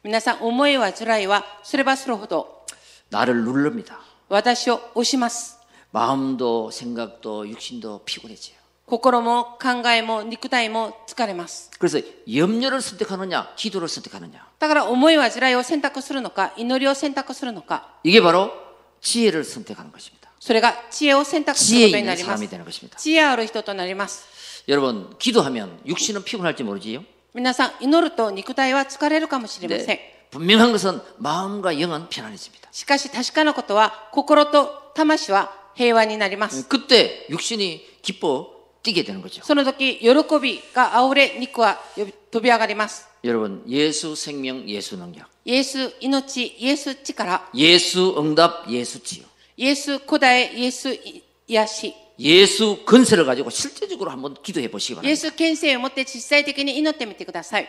Speaker 2: 皆さん、思いは地雷はすればするほど
Speaker 1: 나를 누릅니다.
Speaker 2: 私を押します。
Speaker 1: 마음도 생각도 육신도 피곤해져요.
Speaker 2: 心も考えも肉体も疲れます。
Speaker 1: 그래서 염려를 선택하느냐 기도를 선택하느냐
Speaker 2: だから思いは地雷を選択するのか、祈りを選択するのか、
Speaker 1: 이게 바로 지혜를 선택하는 것입니다.
Speaker 2: それが知恵を選択する
Speaker 1: 지혜
Speaker 2: ことにな
Speaker 1: 있는
Speaker 2: ります
Speaker 1: 사람이 。 되는 것입니다.
Speaker 2: 知恵ある人となります。
Speaker 1: 여러분 기도하면 육신은 피곤할지 모르지요.
Speaker 2: 皆さん、祈ると肉体は疲れるかもしれません。
Speaker 1: 근데 분명한 것은 마음과 영은 편안해집니다.
Speaker 2: しかし確かなことは、心と魂は平和になります。
Speaker 1: 그때 육신이 기뻐 뛰게 되는 거죠.
Speaker 2: その時、喜びがあおれ、肉はよび飛び上がります。
Speaker 1: 여러분 예수 생명 예수 능력
Speaker 2: イエス命、イエス力、
Speaker 1: 예수 응답 예수 치유
Speaker 2: イエス古代、イエス癒し、
Speaker 1: 예수 근세를 가지고 실제적으로 한번 기도해 보시기
Speaker 2: イエ
Speaker 1: 바랍니다.
Speaker 2: ス権勢を持って実際的に祈ってみてください。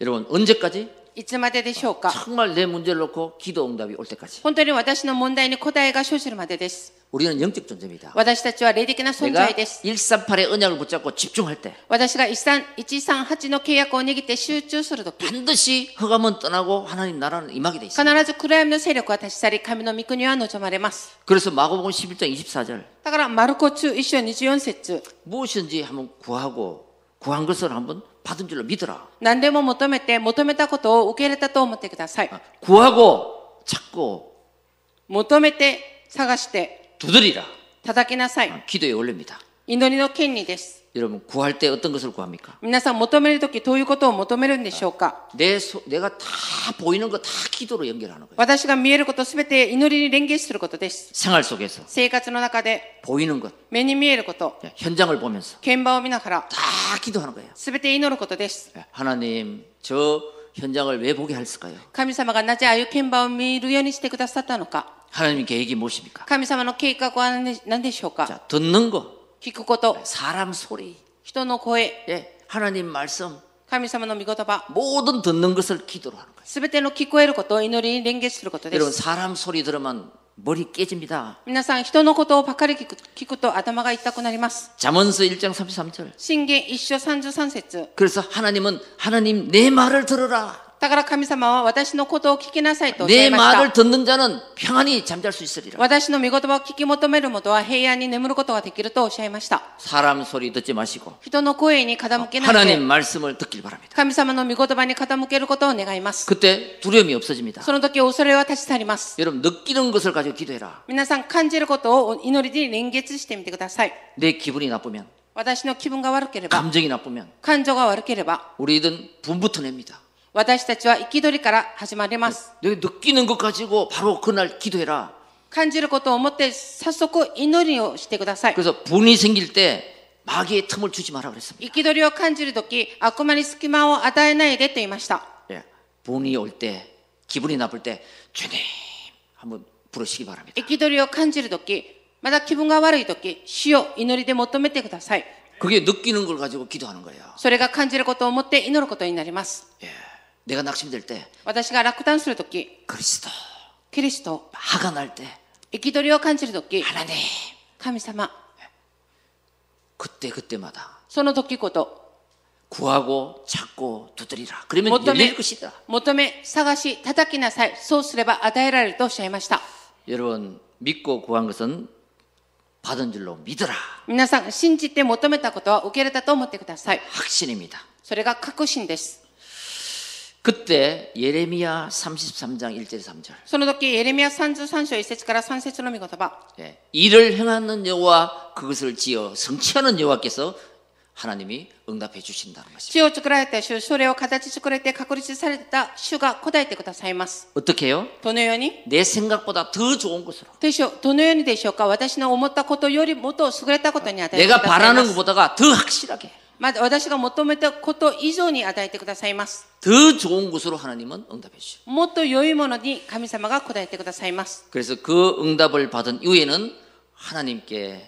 Speaker 1: 여러분 언제까지
Speaker 2: いつまででしょうか
Speaker 1: 정말 내 문제를 놓고 기도 응답이 올 때까지
Speaker 2: 本当に私の問題に答えが生じるまでです。
Speaker 1: 우리는 영적 존재입니다.
Speaker 2: 私たちは霊的な存
Speaker 1: 내가
Speaker 2: 在です。
Speaker 1: 138의 언약을 붙잡고 집중할 때
Speaker 2: 私が13 138の契約を握って集中するとき、必
Speaker 1: 반드시 허감은 떠나고 하나님 나라는 임하게 돼 있습니다.
Speaker 2: ず暗闇の勢力は立ち去り、神の御国は望まれます。
Speaker 1: 그래서 마고복음 11장 24절
Speaker 2: だから、マルコ中1章24節
Speaker 1: 무엇인지 한번 구하고 구한 것을 한번 받은 줄로 믿어라.
Speaker 2: 何でも求めて、求めたことを受け入れたと思ってください。
Speaker 1: 구하고 찾고
Speaker 2: 求めて、探して、
Speaker 1: 두드리라.
Speaker 2: 叩きなさい。
Speaker 1: 기도에 올립니다.
Speaker 2: 祈りの権利です。
Speaker 1: 여러분 구할 때 어떤 것을 구합니까?
Speaker 2: 皆さん、求めるとき、どういうことを求めるんでしょうか
Speaker 1: 내 소, 내가 다 보이는 거 다 기도로 연결하는 거예요.
Speaker 2: 私が見えることすべて祈りに連結することです。
Speaker 1: 생활 속에서
Speaker 2: 生活の中で、
Speaker 1: 보이는 것,
Speaker 2: 目に見えること、
Speaker 1: 예, 현장을 보면서
Speaker 2: 現場を見ながら、
Speaker 1: 다 기도하는 거예요.
Speaker 2: すべて祈ることです。
Speaker 1: 예, 하나님 저 현장을 왜 보게 했을까요?
Speaker 2: 神様がなぜああいう現場を見るようにしてくださったのか。
Speaker 1: 하나님 계획이 무엇입니까?
Speaker 2: 神様の計画は何でしょうか
Speaker 1: 자, 듣는 거,
Speaker 2: 聞くこと、
Speaker 1: 사람 소리,
Speaker 2: 人の声、
Speaker 1: 예, 하나님 말씀,
Speaker 2: 神様の御言葉、
Speaker 1: 모든 듣는 것을 기도로 하는 거예요.
Speaker 2: すべての聞こえることを祈りに連結することで
Speaker 1: 여러분
Speaker 2: す。
Speaker 1: 사람 소리 들으면 머리 깨집니다.
Speaker 2: 皆さん、人のことをばかり聞く聞くと頭が痛くなります。
Speaker 1: 잠언서 1장 33절.
Speaker 2: 信玄一章三十三節。
Speaker 1: 그래서 하나님은 하나님 내 말을 들어라.
Speaker 2: だから神様は私のことを聞きなさいとおっしゃ
Speaker 1: 내
Speaker 2: いました
Speaker 1: 말을 。 듣는 자는 평안히 잠잘 수 있으리라.
Speaker 2: 私の御言葉を聞き求める者は平安に眠ることができるとおっしゃいました。
Speaker 1: 사람 소리 듣지 마시고
Speaker 2: 人の声に傾けないで
Speaker 1: 하나님 、 말씀을 듣길 바랍니다.
Speaker 2: 神様の御言葉に傾けることを願います。
Speaker 1: 그때 두려움이 없어집니다.
Speaker 2: その時恐れは立ち去ります。
Speaker 1: 여러분 느끼는 것을 가지고 기도해라.
Speaker 2: 皆さん感じることを祈りに連結してみてください。
Speaker 1: 내 기분이 나쁘면
Speaker 2: 私の気分が悪ければ、
Speaker 1: 감정이 나쁘면
Speaker 2: 感情が悪ければ、
Speaker 1: 우리는 분부터 냅니다.
Speaker 2: 私たちは憤りから始まります。
Speaker 1: 내 느끼는 것 가지고 바로 그날 기도해라.
Speaker 2: 感じることを思って早速祈りをしてください。
Speaker 1: 그래서 분이 생길 때 마귀의 틈을 주지 마라 그랬습니다.
Speaker 2: 憤りを感じるとき、悪魔に隙間を与えないでと言いました。
Speaker 1: 예. 분이 올 때 기분이 나쁠 때 주님 한번 부르시기 바랍니다.
Speaker 2: 憤りを感じるとき、まだ気分が悪いとき、死を祈りで求めてください。
Speaker 1: 그게 느끼는 걸 가지고 기도하는 거예요.
Speaker 2: それが感じることを思って祈ることになります。
Speaker 1: 예. 내가 낙심될 때
Speaker 2: 私が落胆するとき、
Speaker 1: 그리스도
Speaker 2: キリスト、
Speaker 1: 화가 날 때
Speaker 2: 憤りを感じるとき、
Speaker 1: 하나님
Speaker 2: 神様、
Speaker 1: 그때 그때마다
Speaker 2: その時こと、
Speaker 1: 구하고 찾고 두드리라. 그러면
Speaker 2: 求め
Speaker 1: 열릴 것이다. 、
Speaker 2: 求め、探し、叩きなさい。そうすれば与えられるとおっしゃいました。
Speaker 1: 여러분 믿고 구한 것은 받은 줄로 믿어라.
Speaker 2: 皆さん、信じて求めたことは受け入れたと思ってください。
Speaker 1: 확신입니다.
Speaker 2: それが確信です。
Speaker 1: 그때 예레미야 33장 1절 3절.
Speaker 2: その時、エレミア33章1節から3節の御言葉。
Speaker 1: 예. 일을 행하는 여호와 그것을 지어 성취하는 여호와께서 하나님이 응답해 주신다는 것입니다.
Speaker 2: 地を作られた主、それを形作れて確立された主が答えてくださいます。
Speaker 1: 어떻게요?
Speaker 2: どのように
Speaker 1: 내 생각보다 더 좋은 것으로.
Speaker 2: でしょうどのようにでしょうか私の思ったことよりもっと優れたことに与えてく
Speaker 1: 내가
Speaker 2: ださいま
Speaker 1: 바라는
Speaker 2: す。
Speaker 1: 것보다가 더 확실하게
Speaker 2: まだ私が求めたこと以上に与えてくださいます。
Speaker 1: 더 좋은 것으로 하나님은 응답해 주죠.
Speaker 2: もっと良いものに神様が答えてくださいます。
Speaker 1: 그래서 그 응답을 받은 이후에는 하나님께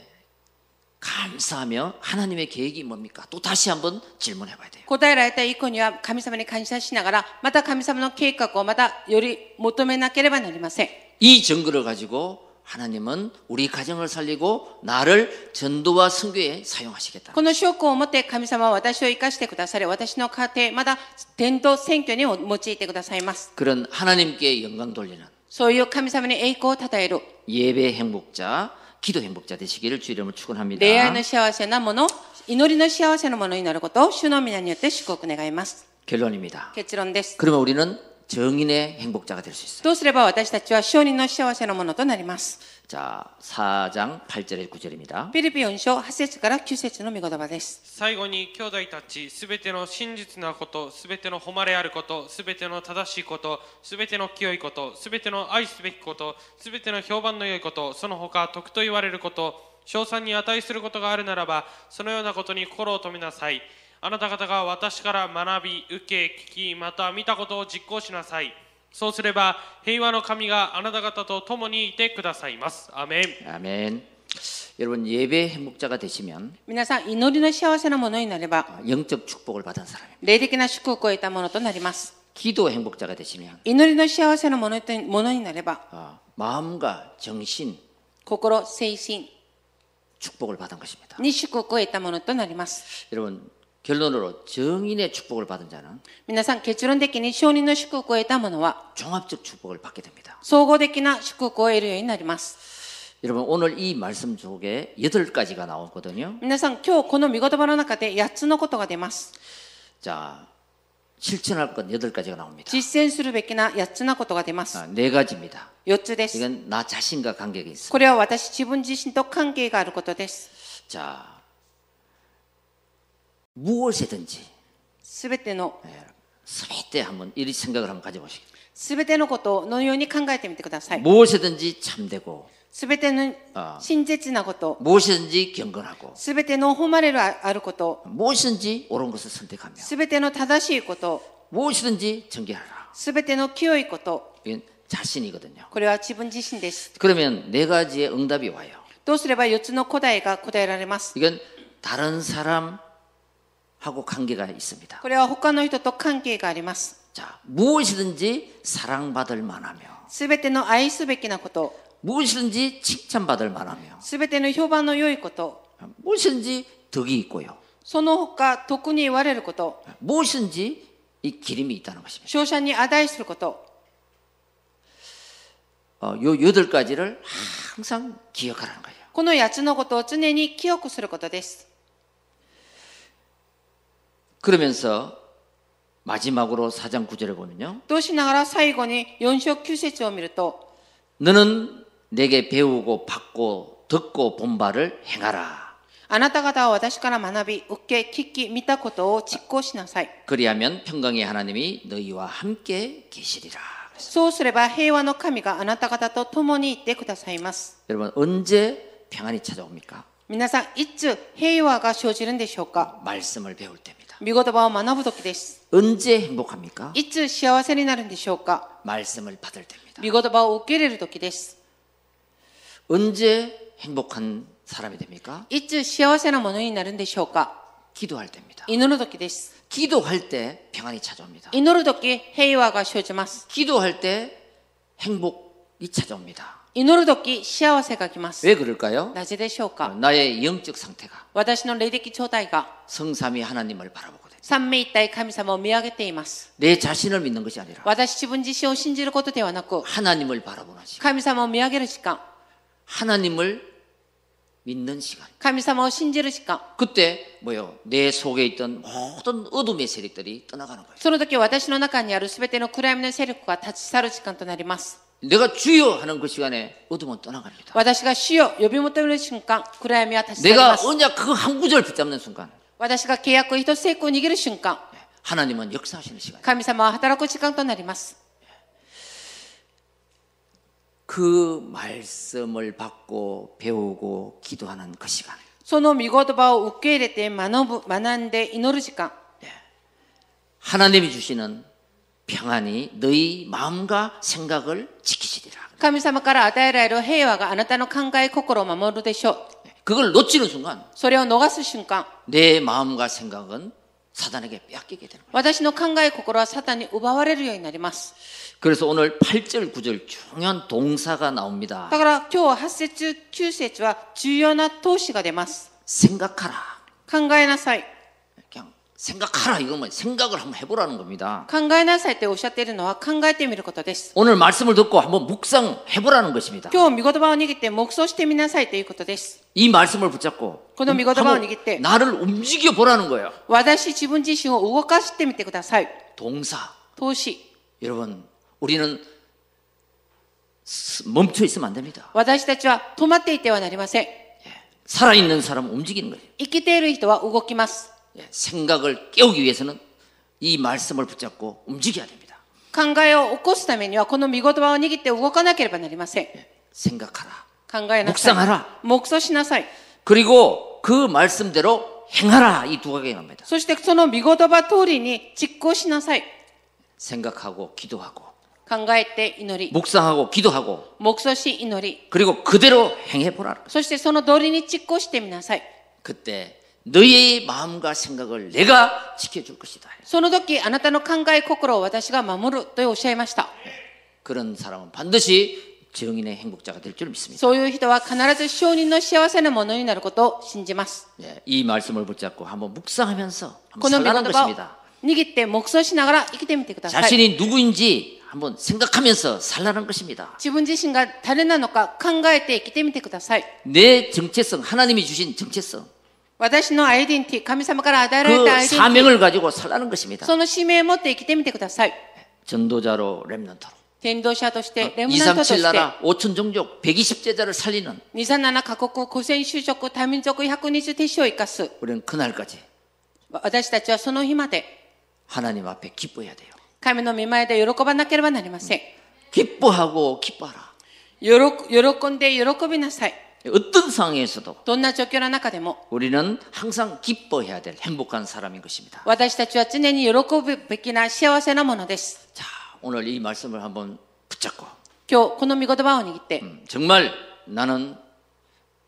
Speaker 1: 감사하며 하나님의 계획이 뭡니까? 또 다시 한번 질문해 봐야 돼요.
Speaker 2: 答えられた以降には神様に感謝しながら、また神様の計画をまたより求めなければなりません。
Speaker 1: 이 증거를 가지고 하나님은 우리 가정을 살리고 나를 전도와 선교에 사용하시겠다.
Speaker 2: この証拠をもって神様は私を生かしてくだされ、私の家庭、また伝道選挙に用いてくださいます。
Speaker 1: 그런 하나님께 영광 돌리는
Speaker 2: そういう神様に栄光を称える、
Speaker 1: 예배 행복자, 기도 행복자 되시기를 주 이름으로 축원합니다.
Speaker 2: 恋愛の幸せなもの、祈りの幸せなものになることを主の皆によって祝福願います。
Speaker 1: 결론입니다.
Speaker 2: 結論です。
Speaker 1: 그러면 우리는 정인의 행복자가 될 수 있어요.
Speaker 2: どうすれば私たちは証人の幸せのものとなります。
Speaker 1: 자, 4장 8절의 9절입니다.
Speaker 2: フィリピ4章8節から9節の御言葉です。
Speaker 3: 最後に兄弟たちすべての真実なことすべての誉れあることすべての正しいことすべての清いことすべての愛すべきことすべての評判の良いことその他徳と言われること賞賛に値することがあるならばそのようなことに心を留めなさいあなた方が私から学び受け聞きまた見たことを実行しなさいそうすれば平和の神があなた方と共にいてくださいますアーメン
Speaker 1: 아멘. 여러분 예배 행복자가 되시면 아,
Speaker 2: 皆さん、祈りの幸せなものになれば、
Speaker 1: 영적 축복을 받은 사람입니다.
Speaker 2: 霊的な祝福を得たものとなります。
Speaker 1: 기도 행복자가 되시면
Speaker 2: 祈りの幸せなものとものになれば、
Speaker 1: 아, 마음과 정신
Speaker 2: 心、精神
Speaker 1: 축복을 받은 것입니다.
Speaker 2: に祝福を得たものとなります。
Speaker 1: 여러분 결론으로 정인의 축복을 받은 자는
Speaker 2: 皆さん、結論的に証人の祝福を得たものは、
Speaker 1: 종합적 축복을 받게 됩니다.
Speaker 2: 総合的な祝福を得るようになります。
Speaker 1: 여러분 오늘 이 말씀 속에 여덟 가지가 나오거든요.
Speaker 2: 皆さん、今日この見言葉の中で8つのことが出ます。
Speaker 1: 자 실천할 건 여덟 가지가 나옵니다.
Speaker 2: 実践するべきな8つのことが出ます。
Speaker 1: 아, 네 가지입니다.
Speaker 2: 4つです。
Speaker 1: 이건 나 자신과 관계가 있습니다.
Speaker 2: これは私自分自身と関係があることです。
Speaker 1: 자 무엇이든지
Speaker 2: すべての、
Speaker 1: 예, 스윗 때 한번 이 생각을 한번 가져보시겠습니다.
Speaker 2: すべてのことのように考えてみてください。
Speaker 1: 무엇이든지 참되고
Speaker 2: すべての
Speaker 1: あ
Speaker 2: 親切なこと、
Speaker 1: 무엇이든지 경건하고
Speaker 2: すべての誉れるああること、
Speaker 1: 무엇이든지 옳은 것을 선택하며
Speaker 2: すべての正しいこと、
Speaker 1: 무엇이든지 정결하라.
Speaker 2: すべての清いこと、
Speaker 1: 이건 자신이거든요.
Speaker 2: これは自分自身です。
Speaker 1: 그러면 네 가지의 응답이 와요.
Speaker 2: どうすれば4つの答えが答えられます。
Speaker 1: 이건 다른 사람하고 관계가 있습니다.
Speaker 2: これは他の人と関係があります。
Speaker 1: 자, 무엇이든지 사랑받을 만하며
Speaker 2: すべての愛すべきなこと、
Speaker 1: 무엇이든지 칭찬받을 만하며
Speaker 2: すべての評判の良いこと、
Speaker 1: 무엇이든지 덕이 있고요.
Speaker 2: その他特に言われること、
Speaker 1: 무엇이든지 이 기름이 있다는 것입니다.
Speaker 2: 勝者に値すること、
Speaker 1: 어, 요 여덟 가지를 항상 기억하라는 거예요.
Speaker 2: この8つのことを常に記憶することです。
Speaker 1: 그러면서 마지막으로 사장 구절을 보면요.
Speaker 2: どうしながら最後に4章9節を見ると、
Speaker 1: 너는 내게 배우고 받고 듣고 본 바를 행하라.
Speaker 2: あなた方は私から学び、受け、聞き、見たことを実行しなさい。
Speaker 1: 그리하면 평강의 하나님이 너희와 함께 계시리라.
Speaker 2: そうすれば平和の神があなた方と共にいてくださいます。
Speaker 1: 여러분 언제 평안이 찾아옵니까?
Speaker 2: 皆さん、いつ平和が生じるんでしょうか
Speaker 1: 말씀을 배울 때입니다.
Speaker 2: 御言葉を学ぶ時です。
Speaker 1: 언제 행복합니까?
Speaker 2: いつ幸せになるんでしょうか
Speaker 1: 말씀을 받을 때입니다.
Speaker 2: 御言葉を受け入れる時です。
Speaker 1: 언제 행복한 사람이 됩니까?
Speaker 2: いつ幸せなものになるんでしょうか
Speaker 1: 기도할 때입니다.
Speaker 2: 祈る時です。
Speaker 1: 기도할 때 평안이 찾아옵니다.
Speaker 2: 祈る時、平和が生じます。
Speaker 1: 기도할 때 행복이 찾아옵니다.
Speaker 2: 祈る時、幸せが来ます。
Speaker 1: 왜 그럴까요?
Speaker 2: なぜでしょうか
Speaker 1: 나의 영적 상태가
Speaker 2: 私の霊的状態が
Speaker 1: 성삼위 하나님을 바라보고 돼.
Speaker 2: 三名一体神様を見上げています。
Speaker 1: 내 자신을 믿는 것이 아니라
Speaker 2: 私自分自身を信じることではなく、
Speaker 1: 하나님을 바라보는 시간,
Speaker 2: 神様を見上げる時間、
Speaker 1: 하나님을 믿는 시간.
Speaker 2: 神様を信じる時間、
Speaker 1: 그때 뭐요? 내 속에 있던 모든 어둠의 세력들이 떠나가는 거예요.
Speaker 2: その時私の中にある全ての暗闇の勢力が立ち去る時間となります。
Speaker 1: 내가 주여 하는 그 시간에 어둠은 떠나갑니다.
Speaker 2: 私が主を呼び求める瞬間、暗闇は立ち去り
Speaker 1: 내가
Speaker 2: ます。
Speaker 1: 언약 그 한 구절 붙잡는 순간 네,
Speaker 2: 私が契約を一つ成功を握る瞬間、
Speaker 1: 하나님은 역사하시는 시간.
Speaker 2: 神様は働く時間となります。
Speaker 1: 그 말씀을 받고 배우고 기도하는 그 시간.
Speaker 2: その御言葉を受け入れて学ぶ、学んで祈る時間、
Speaker 1: 하나님이 주시는 평안이 너희 마음과 생각을 지키시리라.
Speaker 2: 神様から与えられる平和があなたの考え、心を守るでしょう。
Speaker 1: 네, 그걸 놓치는 순간
Speaker 2: それを逃す瞬間、
Speaker 1: 내 마음과 생각은 사단에게 빼앗기게 되는 거예요.
Speaker 2: 私の考え心はサタンに奪われるようになります。
Speaker 1: 그래서 오늘 8절 9절 중요한 동사가
Speaker 2: だ
Speaker 1: 나옵니다.
Speaker 2: から今日8節9節は重要な投資が出ます。
Speaker 1: 생각하라.
Speaker 2: 考えなさい。
Speaker 1: 그냥 생각하라 이거 뭐 생각을 한번 해보라는 겁니다.
Speaker 2: 考えなさいっておっしゃっているのは考えてみることです。
Speaker 1: 오늘 말씀을 듣고 한번 묵상해보라는 것입니다.
Speaker 2: 今日、見言葉を握って黙想してみなさいということです。
Speaker 1: 이 말씀을 붙잡고 음,
Speaker 2: 그놈 이거
Speaker 1: 한번
Speaker 2: 봐, 이게 때.
Speaker 1: 나를 움직여 보라는 거예요.
Speaker 2: 私自分自身を動かしてみてください。
Speaker 1: 동사
Speaker 2: 投資。
Speaker 1: 여러분 우리는 스- 멈춰 있으면 안 됩니다.
Speaker 2: 私たちは止まっていてはなりません。
Speaker 1: 살아 있는 사람은 움직이는 거예요.
Speaker 2: 生きている人は動きます。
Speaker 1: 예, 생각을 깨우기 위해서는 이 말씀을 붙잡고 움직여야 됩니다.
Speaker 2: 考えを起こすためには、この見言葉を握って動かなければなりません。
Speaker 1: 예, 생각하라.
Speaker 2: 考えなさ
Speaker 1: 묵상하라
Speaker 2: い。黙想しなさい。
Speaker 1: 그리고 그 말씀대로 행하라 이 두 가지가 납니다.
Speaker 2: そしてその見言葉通りに実行しなさい。
Speaker 1: 생각하고 기도하고
Speaker 2: 考えて祈り、
Speaker 1: 묵상하고 기도하고
Speaker 2: 黙想し祈り、
Speaker 1: 그리고 그대로 행해 보라.
Speaker 2: そしてその通りに実行してみなさい。
Speaker 1: 그때 너의 마음과 생각을 내가 지켜줄 것이다.
Speaker 2: その時、あなたの考え心を私が守るとおっしゃいました。
Speaker 1: 그런 사람은 반드시 정인의 행복자가 될 줄 믿습니다.
Speaker 2: そういう人は必ず証人の幸せなものになることを信じます。
Speaker 1: 예, 이 말씀을 붙잡고 한번 묵상하면서
Speaker 2: こ
Speaker 1: 한번
Speaker 2: の見言
Speaker 1: 살라는
Speaker 2: 葉を
Speaker 1: 것입니다.
Speaker 2: 握って黙想しながら生きてみてください。
Speaker 1: 자신이 누구인지 한번 생각하면서 살라는 것입니다.
Speaker 2: 自分自身が誰なのか考えて生きてみてください。
Speaker 1: 내 정체성, 하나님이 주신 정체성,
Speaker 2: 私のアイデンティティ、神様から与えられたア
Speaker 1: 그
Speaker 2: イデンティテ
Speaker 1: 사명을 가지고 살라는 것입니다.
Speaker 2: ィ、その使命を持って生きてみてください。
Speaker 1: 전도자로 렘넌트로
Speaker 2: 伝道者として、レムナントとし
Speaker 1: 237
Speaker 2: て。
Speaker 1: 나라 5천 종족 120제자를 살리는
Speaker 2: 237カ国5000種族多民族120手種を生かす
Speaker 1: 우리는 그날까지
Speaker 2: 私たちはその日まで
Speaker 1: 하나님 앞에 기뻐해야 돼요.
Speaker 2: 神の御前で喜ばなければなりません
Speaker 1: 기뻐하고 기뻐하라.
Speaker 2: よろ喜んで喜びなさい
Speaker 1: 어떤 상황에서도
Speaker 2: どんな状況の中でも
Speaker 1: 우리는 항상 기뻐해야 될 행복한 사람인 것입니다.
Speaker 2: 私たちは常に喜ぶべきな幸せなものです
Speaker 1: 자, 오늘 이 말씀을 한번 붙잡고
Speaker 2: 今日この御言葉を握って
Speaker 1: 음, 정말 나는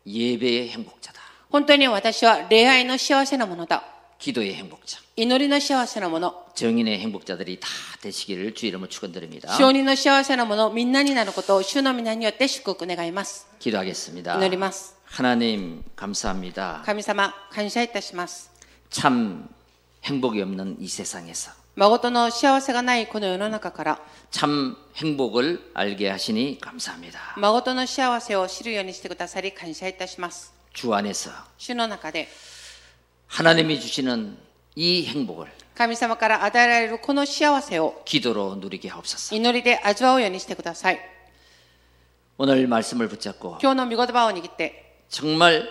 Speaker 1: 예배의 행복자다.
Speaker 2: 本当に私は恋愛の幸せなものだ
Speaker 1: 기도의 행복자.
Speaker 2: 祈りの幸せなもの
Speaker 1: 정인의 행복자들이 다 되시기를 주 이름으로 축원드립니다.
Speaker 2: 証人の幸せなものみんなになることを主の皆によって祝福願います
Speaker 1: 기도하겠습니다.
Speaker 2: 祈ります
Speaker 1: 하나님 감사합니다.
Speaker 2: 神様感謝いたします
Speaker 1: 참 행복이 없는 이 세상에서
Speaker 2: 孫の幸せがないこの世の中から
Speaker 1: 참 행복을 알게 하시니 감사합니다.
Speaker 2: 孫の幸せを知るようにしてくださり感謝いたします
Speaker 1: 주 안에서
Speaker 2: 主の中で
Speaker 1: 하나님이 주시는 이 행복을
Speaker 2: 神様から与えられるこの幸せを
Speaker 1: 기도로 누리게 하옵소서.
Speaker 2: 祈りで味わうようにしてください
Speaker 1: 오늘 말씀을 붙잡고
Speaker 2: 今日の御言葉を握って
Speaker 1: 정말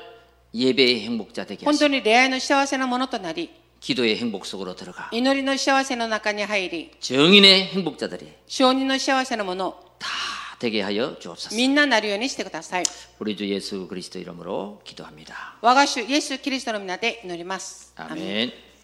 Speaker 1: 예배의 행복자 되게
Speaker 2: 本当
Speaker 1: 하시고
Speaker 2: に恋愛の幸せなものとなり
Speaker 1: 기도의 행복 속으로 들어가
Speaker 2: 祈りの幸せの中に入り
Speaker 1: 정인의 행복자들이
Speaker 2: 承認の幸せのもの
Speaker 1: 다 되게 하여 주옵소서.
Speaker 2: みんななるようにしてください
Speaker 1: 우리 주 예수 그리스도 이름으로 기도합니다.
Speaker 2: 我が主イエス・キリストの皆で祈ります
Speaker 1: 아멘.